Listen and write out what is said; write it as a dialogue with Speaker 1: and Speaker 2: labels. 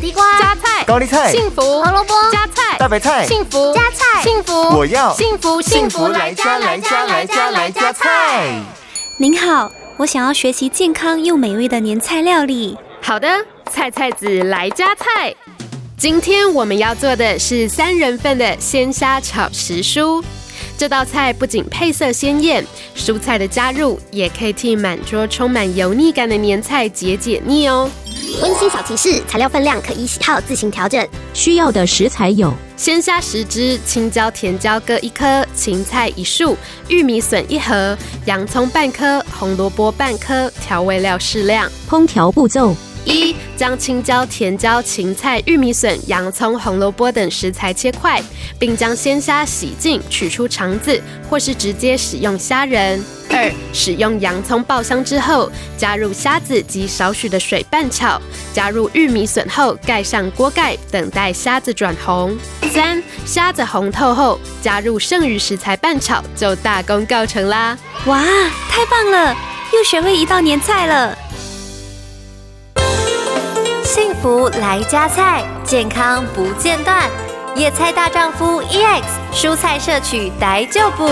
Speaker 1: 地瓜、
Speaker 2: 加菜、
Speaker 3: 高丽菜、
Speaker 2: 幸福、
Speaker 1: 胡萝卜、
Speaker 2: 加菜、
Speaker 3: 大白菜、
Speaker 2: 幸福、
Speaker 1: 加菜
Speaker 2: 幸福，
Speaker 3: 我要
Speaker 2: 幸福
Speaker 3: 幸福来家来家来家来家菜。
Speaker 4: 您好，我想要学习健康又美味的年菜料理。
Speaker 2: 好的，菜菜子来加菜。今天我们要做的是三人份的鲜虾炒时蔬。这道菜不仅配色鲜艳，蔬菜的加入也可以替满桌充满油腻感的年菜解解腻哦。
Speaker 1: 温馨小提示：材料分量可依喜好自行调整。
Speaker 5: 需要的食材有
Speaker 2: 鲜虾十只，青椒、甜椒各一颗，芹菜一束，玉米笋一盒，洋葱半颗，红萝卜半颗，调味料适量。
Speaker 5: 烹调步骤。
Speaker 2: 一、将青椒、甜椒、芹菜、玉米笋、洋葱、红萝卜等食材切块，并将鲜虾洗净，取出肠子，或是直接使用虾仁。二、使用洋葱爆香之后，加入虾子及少许的水拌炒，加入玉米笋后盖上锅盖，等待虾子转红。三、虾子红透后，加入剩余食材拌炒，就大功告成啦！
Speaker 4: 哇，太棒了，又学会一道年菜了。
Speaker 6: 幸福来加菜，健康
Speaker 4: E
Speaker 6: 不间断。野菜大丈夫 EX 蔬菜摄取逮就补。